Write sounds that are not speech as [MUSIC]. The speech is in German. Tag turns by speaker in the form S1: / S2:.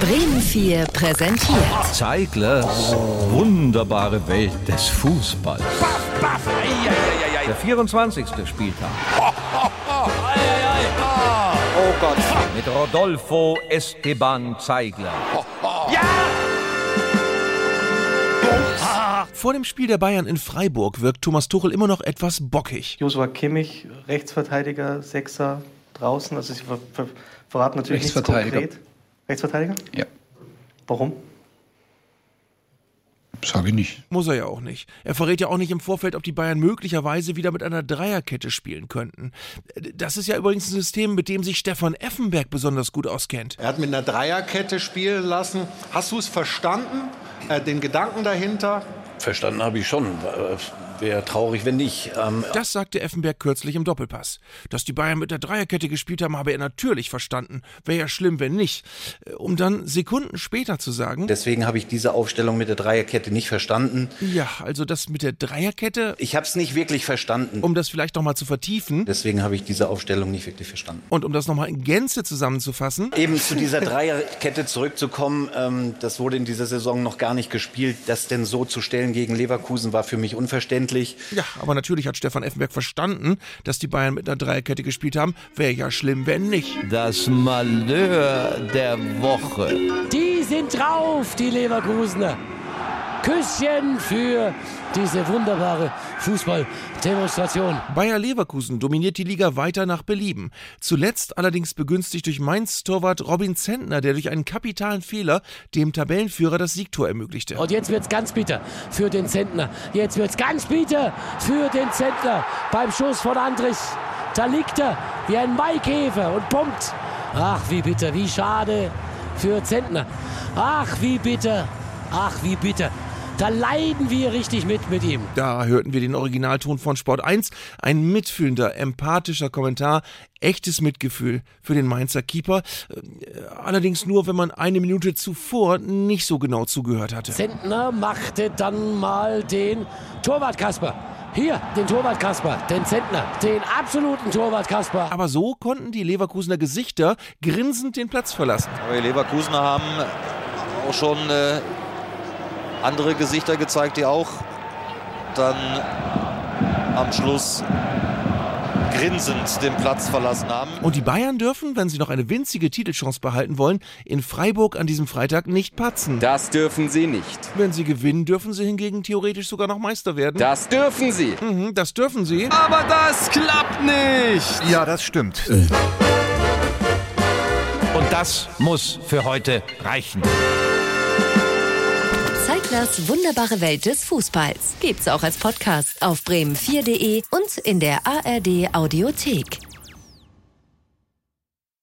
S1: Bremen 4 präsentiert.
S2: Zeiglers wunderbare Welt des Fußballs. Der 24. Spieltag. Mit Rodolfo Esteban Zeigler.
S3: Vor dem Spiel der Bayern in Freiburg wirkt Thomas Tuchel immer noch etwas bockig.
S4: Joshua Kimmich, Rechtsverteidiger, Sechser, draußen. Also ich ver ver verrate natürlich nichts
S5: Rechtsverteidiger.
S4: konkret. Rechtsverteidiger?
S5: Ja,
S4: Warum?
S5: sage ich nicht.
S3: Muss er ja auch nicht. Er verrät ja auch nicht im Vorfeld, ob die Bayern möglicherweise wieder mit einer Dreierkette spielen könnten. Das ist ja übrigens ein System, mit dem sich Stefan Effenberg besonders gut auskennt.
S6: Er hat mit einer Dreierkette spielen lassen. Hast du es verstanden? Äh, den Gedanken dahinter?
S7: Verstanden habe ich schon. Wäre traurig, wenn nicht. Ähm,
S3: Das sagte Effenberg kürzlich im Doppelpass. Dass die Bayern mit der Dreierkette gespielt haben, habe er natürlich verstanden. Wäre ja schlimm, wenn nicht. Um dann Sekunden später zu sagen,
S7: deswegen habe ich diese Aufstellung mit der Dreierkette nicht verstanden.
S3: ja, also das mit der Dreierkette,
S7: Ich habe es nicht wirklich verstanden.
S3: um das vielleicht nochmal zu vertiefen
S7: Deswegen habe ich diese Aufstellung nicht wirklich verstanden.
S3: und um das nochmal in Gänze zusammenzufassen,
S7: Eben zu [LAUGHS] dieser Dreierkette zurückzukommen, ähm, das wurde in dieser Saison noch gar nicht gespielt. Das denn so zu stellen gegen Leverkusen war für mich unverständlich.
S3: Ja, aber natürlich hat Stefan Effenberg verstanden, dass die Bayern mit einer Dreierkette gespielt haben. Wäre ja schlimm, wenn nicht.
S2: Das Malheur der Woche.
S8: Die sind drauf, die Leverkusener. Küsschen für diese wunderbare Fußballdemonstration.
S3: Bayer Leverkusen dominiert die Liga weiter nach Belieben. Zuletzt allerdings begünstigt durch Mainz-Torwart Robin Zentner, der durch einen kapitalen Fehler dem Tabellenführer das Siegtor ermöglichte.
S8: Und jetzt wird's ganz bitter für den Zentner. Jetzt wird's ganz bitter für den Zentner. Beim Schuss von Andrich. Da liegt er wie ein Maikäfer und pumpt. Ach, wie bitter, wie schade für Zentner. Ach, wie bitter, ach, wie bitter. Da leiden wir richtig mit mit ihm.
S3: Da hörten wir den Originalton von Sport 1. Ein mitfühlender, empathischer Kommentar. Echtes Mitgefühl für den Mainzer Keeper. Äh, Allerdings nur, wenn man eine Minute zuvor nicht so genau zugehört hatte.
S8: Zentner machte dann mal den Torwart Kasper. Hier, den Torwart Kasper, den Zentner, den absoluten Torwart Kasper.
S3: Aber so konnten die Leverkusener Gesichter grinsend den Platz verlassen.
S9: Aber die Leverkusener haben auch schon äh, andere Gesichter gezeigt, die auch dann am Schluss grinsend den Platz verlassen haben.
S3: Und die Bayern dürfen, wenn sie noch eine winzige Titelchance behalten wollen, in Freiburg an diesem Freitag nicht patzen.
S10: Das dürfen sie nicht.
S3: Wenn sie gewinnen, dürfen sie hingegen theoretisch sogar noch Meister werden.
S10: Das dürfen sie.
S3: Mhm, das dürfen sie.
S10: Aber das klappt nicht.
S11: Ja, das stimmt.
S2: Und das muss für heute reichen.
S1: Zeiglers wunderbare Welt des Fußballs. Gibt's auch als Podcast auf bremen4.de und in der ARD Audiothek.